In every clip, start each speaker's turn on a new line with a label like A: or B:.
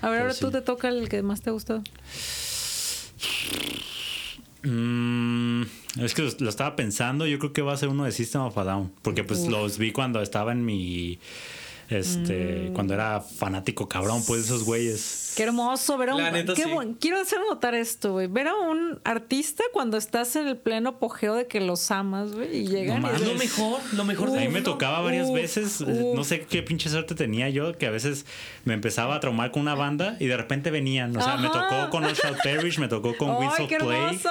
A: ahora tú te toca el que más te ha gustado.
B: Mm, es que lo estaba pensando, yo creo que va a ser uno de System of a Down, porque pues
A: Uf.
B: los vi cuando estaba en mi este,
A: Mm.
B: cuando era fanático cabrón, pues esos güeyes.
A: Qué hermoso ver a un.
C: La neta,
A: qué
C: sí.
A: buen- Quiero hacer notar esto, güey. Ver a un artista cuando estás en el pleno apogeo de que los amas, güey, y llegan.
B: No
A: y
B: mames.
C: Lo mejor, lo mejor
B: A
C: de
B: mí me
C: uno.
B: tocaba varias
A: uf,
B: veces, eh,
A: uf.
B: no sé qué pinche suerte tenía yo, que a veces me empezaba a traumar con una banda y de repente venían, o sea, me
A: Ajá.
B: tocó con Ocean Parrish, me tocó con
A: ¡Ay,
B: Winds of
A: qué
B: Play,
A: hermoso!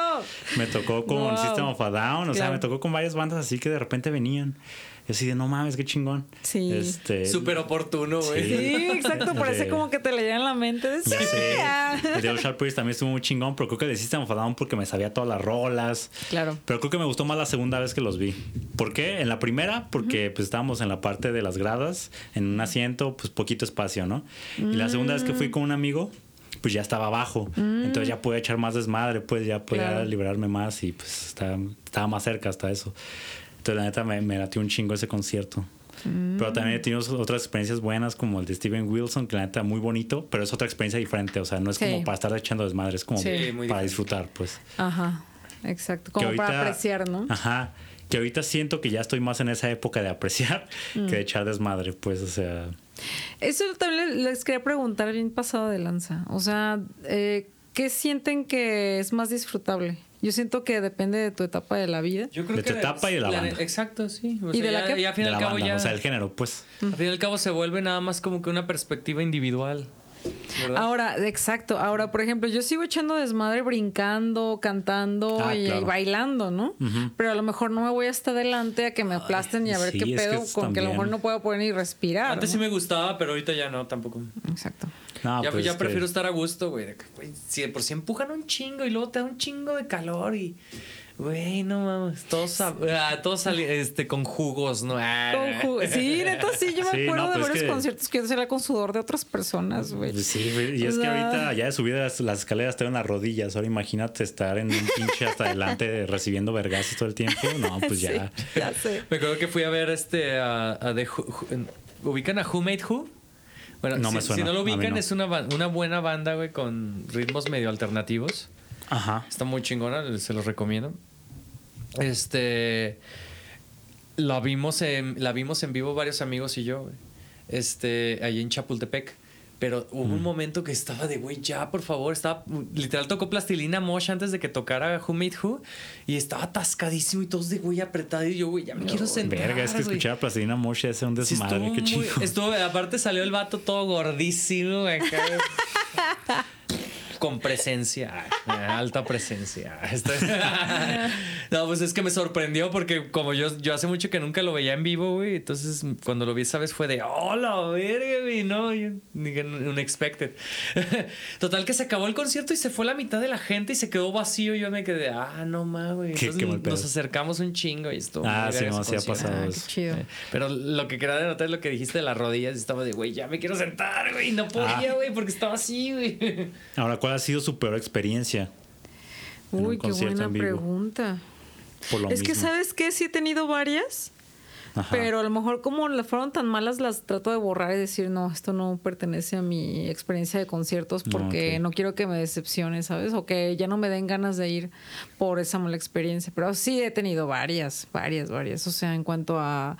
B: me tocó con
A: Wow.
B: System of a Down, o sea,
A: Claro.
B: me tocó con varias bandas así que de repente venían. Yo así de no mames, qué chingón.
A: Sí.
B: Este,
C: Súper oportuno, güey.
A: Sí, exacto. Parece
B: Sí.
A: como que te leían la mente. de,
B: Pues Ya
A: "Sí,
B: sé.
A: ah".
B: El de Ocean Parrish también estuvo muy chingón, pero creo que de System of a Down porque me sabía todas las rolas.
A: Claro.
B: Pero creo que me gustó más la segunda vez que los vi. ¿Por qué? En la primera, porque pues estábamos en la parte de las gradas, en un asiento, pues poquito espacio, ¿no? Y la segunda vez que
A: Mm.
B: fui con un amigo, pues ya estaba abajo. Entonces ya podía echar más desmadre, pues ya podía
A: Claro.
B: liberarme más y pues estaba, estaba más cerca hasta eso. Entonces la neta me, me latió un chingo ese concierto. Pero también he tenido otras experiencias buenas como el de Steven Wilson, que la neta muy bonito, pero es otra experiencia diferente, o sea, no es
A: Sí.
B: como para estar echando desmadre, es como
A: Sí,
B: para
C: muy diferente.
B: disfrutar, pues
A: Ajá, exacto.
B: que
A: Como para
B: ahorita- Ah.
A: apreciar, ¿no?
B: Ajá. Que ahorita siento que ya estoy más en esa época de apreciar
A: Mm.
B: que de echar desmadre, pues, o sea.
A: Eso también les quería preguntar bien pasado de lanza. O sea, eh, ¿qué sienten que es más disfrutable? Yo siento que depende de tu etapa de la vida.
C: Yo
B: De tu etapa y de la
C: ne-
B: banda.
C: Exacto, sí. O
A: ¿Y de la
C: ya,
A: qué?
C: ya al fin y
B: de
C: al
B: la
C: cabo
B: banda,
C: ya.
B: o sea, el género, pues.
C: Al fin y al cabo se vuelve nada más como que una perspectiva individual. ¿Verdad?
A: Ahora, exacto. Ahora, por ejemplo, yo sigo echando desmadre brincando, cantando
B: Ah,
A: y
B: claro.
A: bailando, ¿no? Pero a lo mejor no me voy hasta adelante a que me aplasten y a ver
B: sí,
A: qué
B: es que
A: pedo,
B: es
A: con que a lo mejor
B: también-
A: no puedo poder ni respirar.
C: Antes sí
A: ¿no?
C: me gustaba, pero ahorita ya no, tampoco.
A: Exacto.
B: No,
C: ya
B: pues,
C: ya
B: es que-
C: prefiero estar a gusto, güey. de que, güey, Si de por sí empujan un chingo y luego te da un chingo de calor y. Güey, no mames. Todos, sab- ah, todos sali- este, con jugos, ¿no? Ah,
A: Con ju- Sí, neta, sí, yo me
B: Sí,
A: acuerdo
B: no,
A: de
B: pero es
A: varios
B: que-
A: conciertos que yo salía con sudor de otras personas, güey.
B: pues, Sí, güey, y es
A: O
B: que
A: sea-
B: ahorita ya de subida las, las escaleras te en las rodillas. Ahora imagínate estar en un pinche hasta adelante recibiendo vergazos todo el tiempo. No, pues
A: Sí,
B: ya.
A: ya sé.
C: Me acuerdo que fui a ver este a, a The Who- Who- ¿Ubican a Who Made Who? Bueno,
B: No
C: si,
B: me suena,
C: si no
B: a
C: lo
B: mí
C: ubican,
B: no.
C: es una, ba- una buena banda, güey, con ritmos medio alternativos.
B: Ajá.
C: Está muy chingona, se los recomiendo. Este. La vimos en, la vimos en vivo varios amigos y yo, güey. Este, ahí en Chapultepec. Pero hubo
B: Mm.
C: un momento que estaba de, güey, ya, por favor, estaba, literal tocó plastilina mosh antes de que tocara Who Made Who y estaba atascadísimo y todos de, güey, apretado y yo, güey, ya me quiero sentar.
B: Verga, es que
C: güey.
B: escuchar a Plastilina Mosh es un
C: Sí,
B: desmadre.
C: estuvo
B: qué
C: muy-
B: chingo.
C: estuvo- aparte salió el vato todo gordísimo. güey, acá. Con presencia, alta presencia. Este- No, pues es que me sorprendió porque como yo, yo hace mucho que nunca lo veía en vivo, güey. Entonces cuando lo vi esa vez fue de, hola, verga, güey. No, yo- dije, unexpected. Total que se acabó el concierto y se fue la mitad de la gente y se quedó vacío. Yo me quedé, ah, no mames. güey".
B: Qué-
C: Entonces
B: qué mal pedo.
C: nos acercamos un chingo y esto.
B: Ah, sí, no, sí ha pasado
A: Ah, qué
B: eso.
A: chido.
C: Eh, Pero lo que quería denotar es lo que dijiste de las rodillas. Estaba de, güey, ya me quiero sentar, güey. No podía,
B: Ah.
C: güey, porque estaba así, güey.
B: Ahora, ¿cuál ha sido su peor experiencia? en un
A: Uy, qué
B: concierto
A: buena
B: en vivo.
A: pregunta.
B: Por lo
A: es que,
B: mismo.
A: ¿sabes qué? Sí he tenido varias,
B: Ajá.
A: pero a lo mejor como la- fueron tan malas, las trato de borrar y decir, no, esto no pertenece a mi experiencia de conciertos
B: No,
A: porque
B: ok.
A: no quiero que me decepcione, ¿sabes? O que ya no me den ganas de ir por esa mala experiencia. Pero sí he tenido varias, varias, varias. O sea, en cuanto a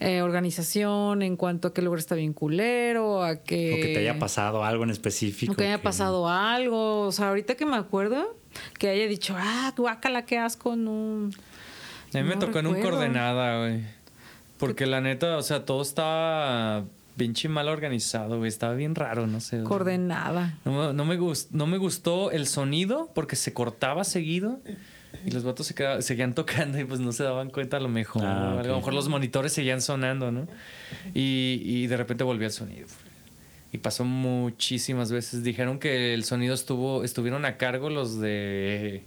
A: eh, organización, en cuanto a qué lugar está bien culero, a que...
B: O que te haya pasado algo en específico.
A: O que haya pasado algo. O sea, ahorita que me acuerdo, que haya dicho, ah, guácala, qué asco, no.
C: A mí me
A: No
C: tocó en un
A: recuerdo.
C: coordenada, güey. Porque la neta, o sea, todo estaba pinche mal organizado, güey. Estaba bien raro, no sé. güey.
A: Coordenada.
C: No, me- no me gust- no me gustó el sonido porque se cortaba seguido y los vatos se queda- seguían tocando y pues no se daban cuenta a lo mejor.
B: Ah,
C: A
B: ok.
C: lo mejor los monitores seguían sonando, ¿no? Y, y de repente volvió el sonido. Y pasó muchísimas veces. Dijeron que el sonido estuvo, estuvieron a cargo los de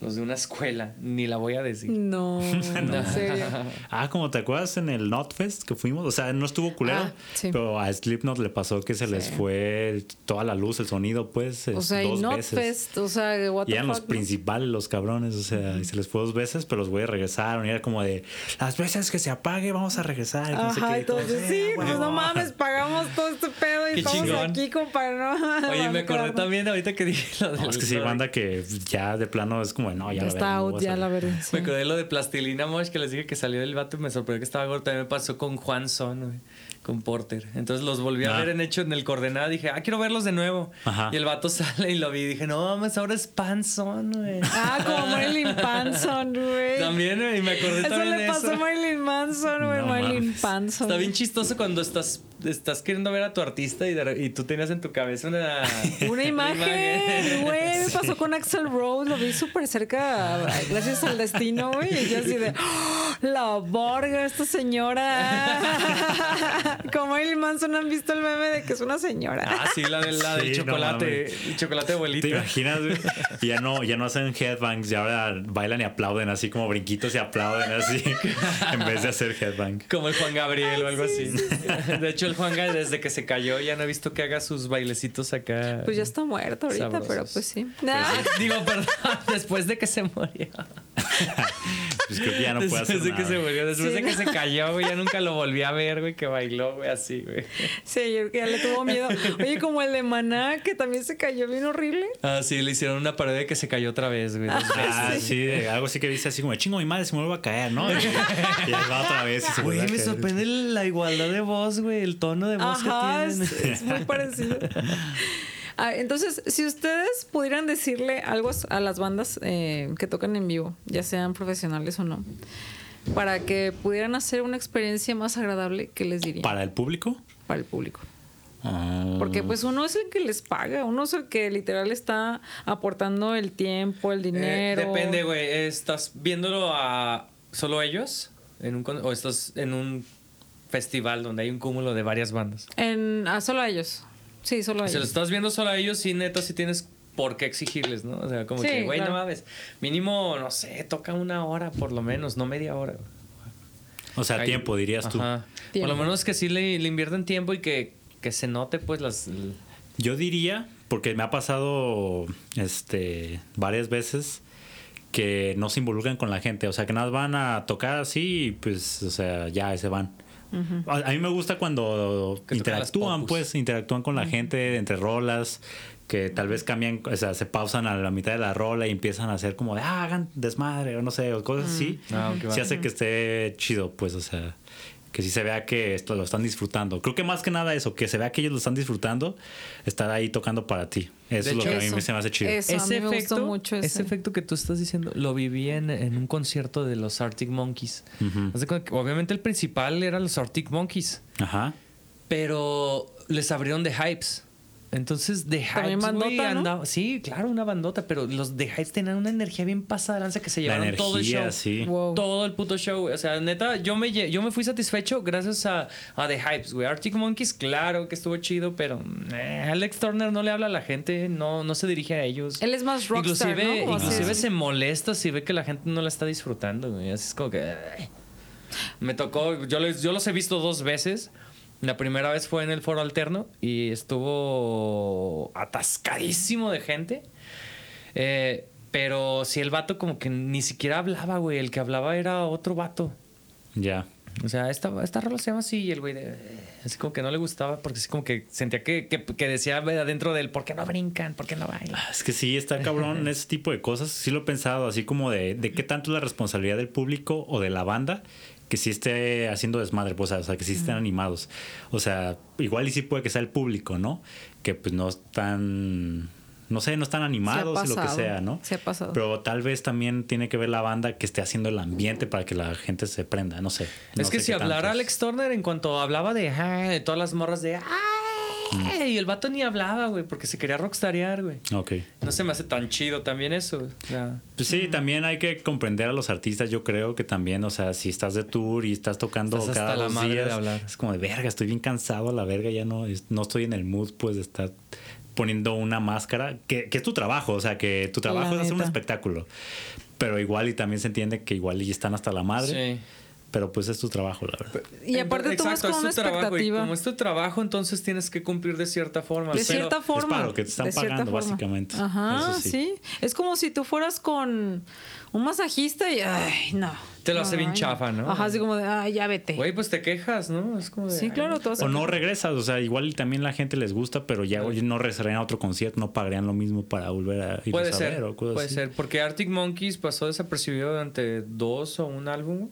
C: los de una escuela. Ni la voy a decir.
A: No, en serio.
B: Ah, como te acuerdas en el Notfest que fuimos, o sea, no estuvo culero,
A: Ah, sí.
B: pero a Slipknot le pasó que se les fue toda la luz, el sonido, pues,
A: O
B: es-
A: sea, y
B: dos
A: not
B: veces.
A: fest, o sea, what the
B: Y eran los
A: fuck, ¿no?
B: principales, los cabrones, o sea, y se les fue dos veces, pero los güeyes regresaron. Y era como de, las veces que se apague, vamos a regresar. y no sé
A: Ajá,
B: qué, y todos,
A: entonces
B: "Eh,
A: sí, pues
B: huevo".
A: no mames, pagamos planeamos todo este pedo y
C: Qué
A: estamos
C: chingón.
A: aquí como para no.
C: Oye, me acordé
A: quedarnos.
C: también ahorita que dije lo de.
B: Es que sí, banda que ya de plano es como, no, ya
A: Ya
B: la
A: está
B: verga, no
A: out,
B: voy a
A: ya la
B: salir.
A: veré. sí.
C: Me acordé lo de Plastilina Mosh que les dije que salió del vato y me sorprendió que estaba gordo. También me pasó con Juan Son, güey, con Porter. Entonces los volví a
B: Ah.
C: ver en hecho en el coordenada. Dije, ah, quiero verlos de nuevo.
B: Ajá.
C: Y el vato sale y lo vi. y Dije, no mames, ahora es Panson, güey.
A: Ah, como Marilyn Manson, güey.
C: También, güey, y me acordé
A: Eso
C: también
A: le
C: de
A: pasó a
C: eso.
A: Marilyn Manson, güey.
B: No
A: Marilyn
B: mames.
A: Manson.
C: Está bien chistoso cuando estás, estás queriendo ver a tu artista y, de re- y tú tenías en tu cabeza una...
A: Una imagen, güey. Me pasó con Axel Rose, lo vi súper cerca, gracias al destino, güey. Y yo así de, ¡Oh, la borga, esta señora. Como el Manson han visto el meme de que es una señora.
C: Ah, sí, la, de, la del
B: Sí, no
C: chocolate. el chocolate abuelito.
B: ¿Te imaginas, güey? Y ya no, ya no hacen headbangs, ya ahora bailan y aplauden así como brinquitos y aplauden así en vez de hacer headbang.
C: Como el Juan Gabriel o algo así. De hecho, el Juan Gabriel, desde que se cayó, ya no he visto que haga sus bailecitos acá.
A: Pues ya está muerta ahorita,
C: Sabrosos.
A: pero pues sí.
C: Ah, Digo, perdón, después de que se murió.
B: Pues creo que ya no puede
C: después
B: hacer
C: de que
B: nada.
C: se murió, después
A: Sí,
C: de
A: ¿no?
C: que se cayó, güey, ya nunca lo volví a ver, güey, que bailó, güey, así, güey.
A: sí, yo creo que ya le tuvo miedo. Oye, como el de Maná, que también se cayó bien horrible.
C: Ah, sí, le hicieron una parodia de que se cayó otra vez, güey. dos veces.
B: Ah, sí, de- algo así que dice así como, chingo, mi madre se me vuelve a caer, ¿no? Y y ahí va otra vez y se vuelve a
C: Güey, me
B: caer.
C: sorprende la igualdad de voz, güey, el tono de voz
A: Ajá,
C: que
A: es,
C: tienen.
A: es muy parecido. Ah, entonces, si ustedes pudieran decirle algo a las bandas eh, que tocan en vivo, ya sean profesionales o no, para que pudieran hacer una experiencia más agradable, ¿qué les dirían para,
B: ¿Para el público?
A: el público?
B: Ah.
A: Porque pues uno es el que les paga, uno es el que literal está aportando el tiempo, el
C: Eh,
A: dinero.
C: depende, güey. ¿Estás viéndolo a solo ellos? En un, con- ¿O estás en un festival donde hay un cúmulo de varias bandas?
A: En, ah, solo a ellos. Sí, solo a
C: Si lo
A: ellos.
C: estás viendo solo a ellos, sí, neta, sí tienes por qué exigirles, ¿no? O sea, como
A: Sí,
C: que, güey, no
A: claro.
C: mames. Mínimo, no sé, toca una hora por lo menos, no media hora. güey.
B: O sea,
C: Hay-
B: tiempo, dirías tú.
C: Ajá. Por
A: Tiempo.
C: lo menos que sí le, le inviertan tiempo y que, que se note, pues, las... l-
B: Yo diría, porque me ha pasado este varias veces que no se involucran con la gente, o sea, que nada más van a tocar así y pues, o sea, ya se van. a, a mí me gusta cuando
C: Que tocan las
B: interactúan,
C: popus.
B: pues, interactúan con la gente entre rolas, que tal vez cambian, o sea, se pausan a la mitad de la rola y empiezan a hacer como de, ah, hagan desmadre o no sé, o cosas así.
C: Ah, ok, va.
B: Sí hace que esté chido, pues, o sea, que sí se vea que esto lo están disfrutando. Creo que más que nada eso, que se vea que ellos lo están disfrutando, estar ahí tocando para ti. Eso
C: De
B: es lo
C: hecho,
B: que a mí
A: eso.
B: se me hace chido.
A: Eso, a mí me gustó mucho ese.
C: efecto que tú estás diciendo, lo viví en, en un concierto de los Arctic Monkeys.
B: Ujú.
C: Haz de cuenta que Obviamente el principal eran los Arctic Monkeys,
B: Ajá.
C: pero les abrieron de Hypes. Entonces, de
A: También
C: Hypes, güey,
A: bandota, ¿no?
C: andaba- Sí, claro, una bandota, pero los de Hypes tenían una energía bien pasada de lanza que se
B: La
C: llevaron todo el show.
B: energía, sí.
A: Wow.
C: Todo el puto show, güey. O sea, neta, yo me, lle- yo me fui satisfecho gracias a, a The Hypes, güey. Arctic Monkeys, claro que estuvo chido, pero eh, Alex Turner no le habla a la gente, no, no se dirige a ellos.
A: Él es más rockstar,
C: Inclusive,
A: ¿no? Como así
C: inclusive
A: es.
C: se molesta si ve que la gente no la está disfrutando, güey. Así es como que... ay. Me tocó, yo, les- yo los he visto dos veces. La primera vez fue en el foro alterno y estuvo atascadísimo de gente. Eh, pero sí, el vato como que ni siquiera hablaba, güey. El que hablaba era otro vato.
B: Ya.
C: O sea, esta, esta rola se llama así y el güey de... Así como que no le gustaba porque así como que sentía que, que, que decía adentro del ¿por qué no brincan? ¿Por qué no bailan?
B: Ah, Es que sí, está cabrón ese tipo de cosas. Sí lo he pensado, así como de, de qué tanto es la responsabilidad del público o de la banda que sí esté haciendo desmadre, pues, o sea, que sí estén animados. O sea, igual y sí puede que sea el público, ¿no? Que pues no están, no sé, no están animados, lo que
A: pasado,
B: sea, ¿no?
A: se ha pasado.
B: Pero tal vez también tiene que ver la banda que esté haciendo el ambiente para que la gente se prenda, no sé. No
C: es que
B: sé
C: si
B: qué tanto
C: hablara
B: es.
C: Alex Turner en cuanto hablaba de, "Ah", de todas las morras de
B: Mm.
C: "Ah", y el vato ni hablaba, güey, porque se quería rockstarear, güey.
B: Ok.
C: No se me hace tan chido también eso. güey. O sea,
B: Pues sí, también hay que comprender a los artistas. Yo creo que también, o sea, si estás de tour y estás tocando
C: Estás hasta
B: cada
C: la
B: dos
C: madre de
B: días,
C: hablar.
B: es como de verga, estoy bien cansado a la verga, ya no, es- no estoy en el mood, pues de estar poniendo una máscara, que, que es tu trabajo, o sea, que tu trabajo
A: La
B: es hacer un
A: neta.
B: espectáculo. Pero igual y también se entiende que igual y están hasta la madre.
C: sí.
B: Pero pues es tu trabajo, la verdad.
A: Y aparte tú vas
C: Exacto,
A: con una
C: es tu trabajo. Y
A: expectativa.
C: como es tu trabajo, entonces tienes que cumplir de cierta forma.
A: De
C: pero-
A: cierta forma.
B: para lo que te están
A: de cierta
B: pagando, básicamente.
A: Ajá,
B: Eso
A: sí.
B: sí.
A: Es como si tú fueras con un masajista y, ay, no.
C: Te lo hace bien
A: Ay,
C: chafa, ¿no?
A: Ajá, así como de, ay, ya vete.
C: Güey, pues te quejas, ¿no? Es como de,
A: sí,
C: ay,
A: claro, todo
B: O no regresas, o sea, igual y también la gente les gusta, pero ya oye, no regresarían a otro concierto, no pagarían lo mismo para volver a ir
C: Puede
B: a
C: ser,
B: ver o cosas
C: puede
B: así.
C: ser, porque Arctic Monkeys pasó desapercibido durante dos o un álbum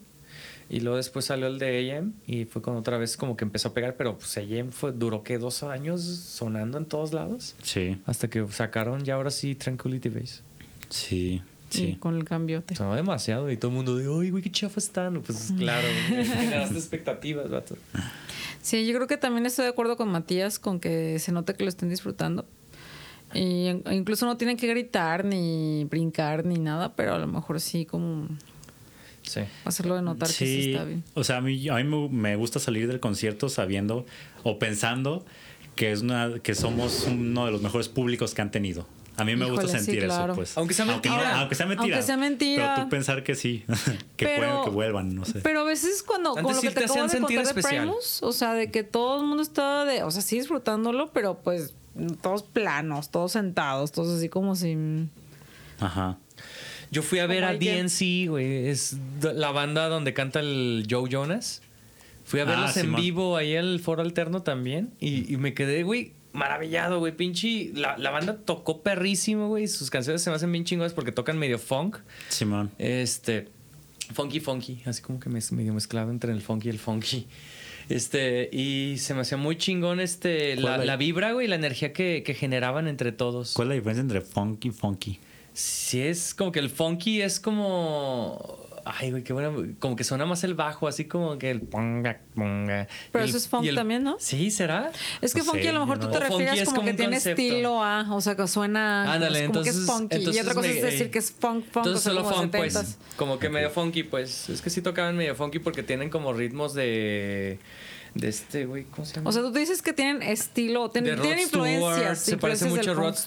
C: y luego después salió el de AM y fue cuando otra vez como que empezó a pegar, pero pues AM fue, duró que dos años sonando en todos lados
B: Sí,
C: hasta que sacaron ya ahora sí Tranquility Base.
B: sí,
A: Y
B: sí.
A: con el cambiote.
C: Sonó demasiado y todo el mundo de, uy, güey, qué chafa están. Pues claro, güey, generaste expectativas, vato.
A: Sí, yo creo que también estoy de acuerdo con Matías con que se nota que lo estén disfrutando. Y in- incluso no tienen que gritar ni brincar ni nada, pero a lo mejor sí como
C: Sí.
A: hacerlo de notar que sí está bien.
B: O sea, a mí, a mí me- me gusta salir del concierto sabiendo o pensando que es una que somos uno de los mejores públicos que han tenido. A mí me gusta
A: Híjole, sí,
B: sentir
A: claro.
B: eso, pues.
C: Aunque sea mentira.
B: no- aunque sea mentira.
A: Aunque sea mentira.
B: Pero tú pensar que sí, que pueden que vuelvan, no sé.
A: Pero a veces cuando con
C: Antes
A: lo
C: sí
A: que te
C: te hacían
A: acabo de
C: sentir
A: contar de
C: especial.
A: Primus, o sea, de que todo el mundo estaba de, o sea, sí disfrutándolo, pero pues todos planos, todos sentados, todos así como sin
B: Ajá.
C: Yo fui a ver a
A: my God.
C: DNC, güey. Es d- la banda donde canta el Joe Jonas. Fui a
B: Ah,
C: verlos en
B: Simón.
C: vivo ahí al Foro Alterno también. Y, y me quedé, güey, maravillado, güey. Pinche. La, la banda tocó perrísimo, güey. Sus canciones se me hacen bien chingonas porque tocan medio funk.
B: Simón.
C: Este. Funky, funky. Así como que me, medio mezclado entre el funky y el funky. Este. Y se me hacía muy chingón este. La,
B: ¿Cuál hay?
C: la vibra, güey, la energía que, que generaban entre todos.
B: ¿Cuál es la diferencia entre funky y funky?
C: Sí, es como que el funky es como. Ay, güey, qué bueno. Como que suena más el bajo, así como que el ponga, ponga.
A: Pero
C: Y
A: eso
C: el-
A: es funk
C: y el-
A: también, ¿no?
C: Sí, será.
A: Es que
B: No
A: funky
B: sé,
A: a lo mejor
B: yo
A: tú
B: no-
A: te
C: O funky
A: refieres
C: es
A: como
C: como
A: que
C: un
A: tiene
C: concepto.
A: estilo A, o sea, que suena
C: Ándale,
A: como que Ah, es
C: entonces-
A: funky. Y
C: entonces
A: otra cosa
C: me-
A: es decir que es funk, funk,
C: Entonces
A: o sea,
C: solo
A: como
C: funk, pues.
A: 70s.
C: Como que medio funky, pues. Es que sí tocaban medio funky porque tienen como ritmos de. De este, güey, ¿cómo se llama?
A: O sea, tú dices que tienen estilo,
C: de
A: tienen,
C: Rod
A: tienen
C: Stewart,
A: influencias.
C: Se parece
A: influencias
C: mucho a
A: del
C: Rod
A: funk.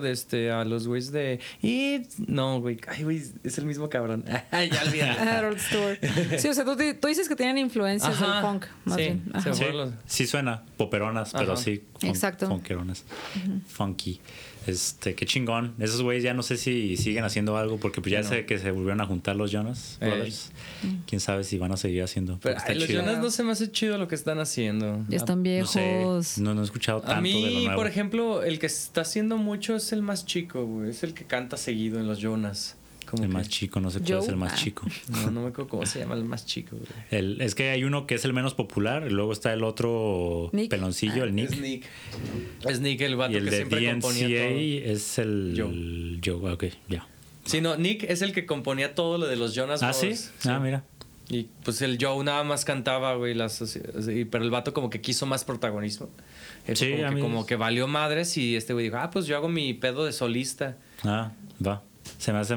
C: Stewart, este, a los güeyes de. Y. No, güey. Ay, güey, es el mismo cabrón. Ay, ya olvidé.
A: Ah, Rod Stewart. Sí, o sea, tú, di- tú dices que tienen influencias
C: Ajá,
A: del funk, más
C: sí,
A: bien.
C: se
A: Ajá.
B: Sí,
C: Mejor los-
B: sí suena, poperonas, pero
C: Ajá.
B: sí. fun-
A: Exacto.
B: Funkeronas. Funky. Este, qué chingón. Esos güeyes ya no sé si siguen haciendo algo, porque pues ya
C: No.
B: sé que se volvieron a juntar los Jonas
C: Ey.
B: Brothers. Quién sabe si van a seguir haciendo.
C: Pero
B: porque
C: ay, los
B: chido.
C: Jonas no se me hace chido lo que están haciendo.
A: Ya están
B: Ah, No
A: viejos.
B: sé, no, no he escuchado tanto
C: A
B: de lo
C: mí,
B: nuevo.
C: por ejemplo, el que está haciendo mucho es el más chico, güey. Es el que canta seguido en los Jonas. Como
B: El
C: que-
B: más chico, no sé cuál
A: Joe,
B: es el más
A: ah.
B: chico.
C: No, no me acuerdo cómo se llama el más chico, güey.
B: El- es que hay uno que es el menos popular, y luego está el otro
A: Nick.
B: peloncillo, el Nick.
C: Ah, Es Nick. Es Nick el vato
B: y el
C: que
B: de
C: siempre componía todo.
B: DNCA es el Joe. ah, ok, ya.
C: Sí, no, Nick es el que componía todo lo de los Jonas
B: Ah, sí.
C: Brothers.
B: Ah, mira.
C: Y pues el Joe nada más cantaba, güey, las, y- pero el vato como que quiso más protagonismo. Eso
B: Sí, a
C: como,
B: mí
C: que, como
B: es-
C: que valió madres y este güey dijo, ah, pues yo hago mi pedo de solista.
B: Ah, va. Se me hace.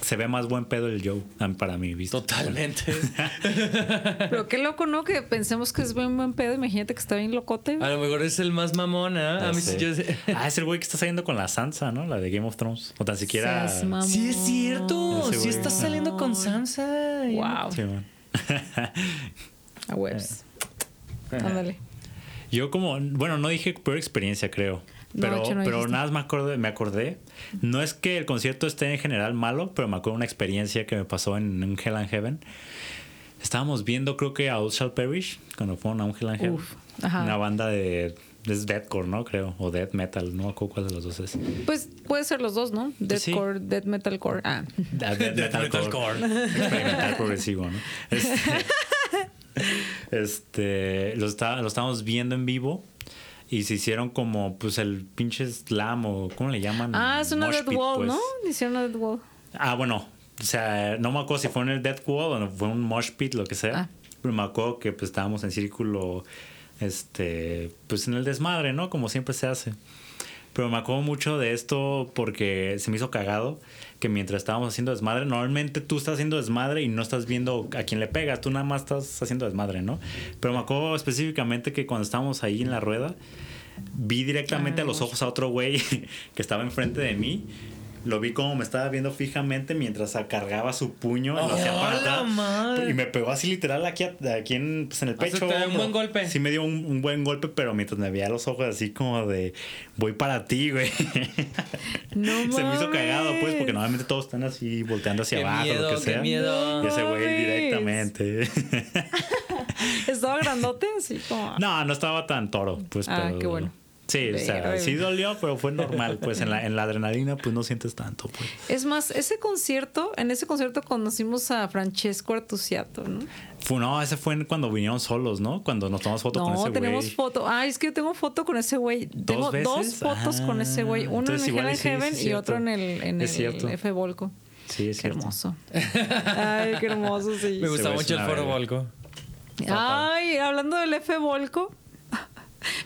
B: Se ve más buen pedo el Joe ah, para mí, ¿viste?
C: Totalmente.
A: Pero qué loco, ¿no? Que pensemos que es buen, buen pedo. Imagínate que está bien locote.
B: Ah.
C: A lo mejor es el más mamón, ¿eh?
B: Ya
C: A mí sí,
B: sé.
C: yo sé.
B: Ah, es el güey que está saliendo con la Sansa, ¿no? La de Game of Thrones. O tan siquiera.
A: Seas mamón.
C: Sí, es cierto.
B: Ese
C: Sí
B: güey.
C: está saliendo con Sansa. y-
A: Wow.
B: Sí, man.
A: A webs.
B: Eh,
A: Ándale.
B: Yo como, bueno, no dije peor experiencia, creo.
A: No,
B: Pero,
A: yo no
B: pero
A: dijiste.
B: nada más me acordé, me acordé. No es que el concierto esté en general malo, pero me acuerdo una experiencia que me pasó en un Hell and Heaven. Estábamos viendo, creo que a All Shall Perish, cuando fueron a un Hell and Heaven.
A: Uf, ajá.
B: Una banda de... Es deathcore, ¿no? Creo. O death metal. No me acuerdo cuál de los dos es.
A: Pues puede ser los dos, ¿no?
B: Pues sí. Mm,
A: Deathcore, Death Metalcore. Ah.
B: Death metalcore. experimental progresivo, ¿no? Este, este, lo, está- lo estábamos viendo en vivo y se hicieron como, pues, el pinche slam o, ¿cómo le llaman?
A: Ah, es una
B: Mosh
A: Dead
B: pit,
A: Wall,
B: pues.
A: ¿no? Hicieron una Dead Wall.
B: Ah, bueno, o sea, no me acuerdo si fue en el Death Wall o fue un mosh pit, lo que sea.
A: Ah.
B: Pero me acuerdo que, pues, estábamos en círculo, este, pues, en el desmadre, ¿no? Como siempre se hace. Pero me acuerdo mucho de esto porque se me hizo cagado que mientras estábamos haciendo desmadre, normalmente tú estás haciendo desmadre y no estás viendo a quién le pegas, tú nada más estás haciendo desmadre, ¿no? Pero me acuerdo específicamente que cuando estábamos ahí en la rueda, vi directamente a los ojos a otro güey que estaba enfrente de mí. Lo vi como me estaba viendo fijamente mientras cargaba su puño. lo hacía
C: ¡Oh,
B: para
C: la
B: atrás.
C: madre!
B: Y me pegó así literal aquí, a- aquí en, pues, en el
C: O sea,
B: pecho.
C: Ah, te dio un buen golpe.
B: Sí, me dio un, un buen golpe, pero mientras me veía los ojos así como de, voy para ti, güey.
A: No
B: Se me hizo cagado, pues, porque
A: mames.
B: normalmente todos están así volteando hacia
C: Qué
B: abajo,
C: miedo,
B: lo
C: qué
B: que sea.
C: miedo.
B: Y ese güey
A: Mames.
B: directamente.
A: Estaba grandote, así como.
B: No, no estaba tan toro, pues.
A: Ah,
B: pero-
A: qué bueno.
B: Sí, o sea,
A: Pero- eh.
B: sí dolió, pero fue normal. Pues en la, en la adrenalina, pues no sientes tanto, pues.
A: Es más, ese concierto, en ese concierto conocimos a Francesco Artusiato, ¿no?
B: Fue, no, ese fue en- cuando vinieron solos, ¿no? Cuando nos tomamos foto con ese
A: No,
B: güey.
A: tenemos foto. Ah, es que yo tengo foto con ese güey. Tengo
B: veces?
A: dos fotos con ese güey.
B: Ah,
A: Uno
B: entonces
A: en el
B: igual
A: Hell and
B: y sí, sí,
A: Heaven
B: es
A: y
B: cierto.
A: otro en el, en
B: Es
A: el
B: cierto.
A: F Volco.
B: Sí, es
A: Qué
B: cierto.
A: hermoso. Ay, qué hermoso, sí.
C: Me gusta
B: güey es
C: mucho el
B: una
C: Foro
B: verga.
C: Volco.
A: Ay, hablando del F Volco.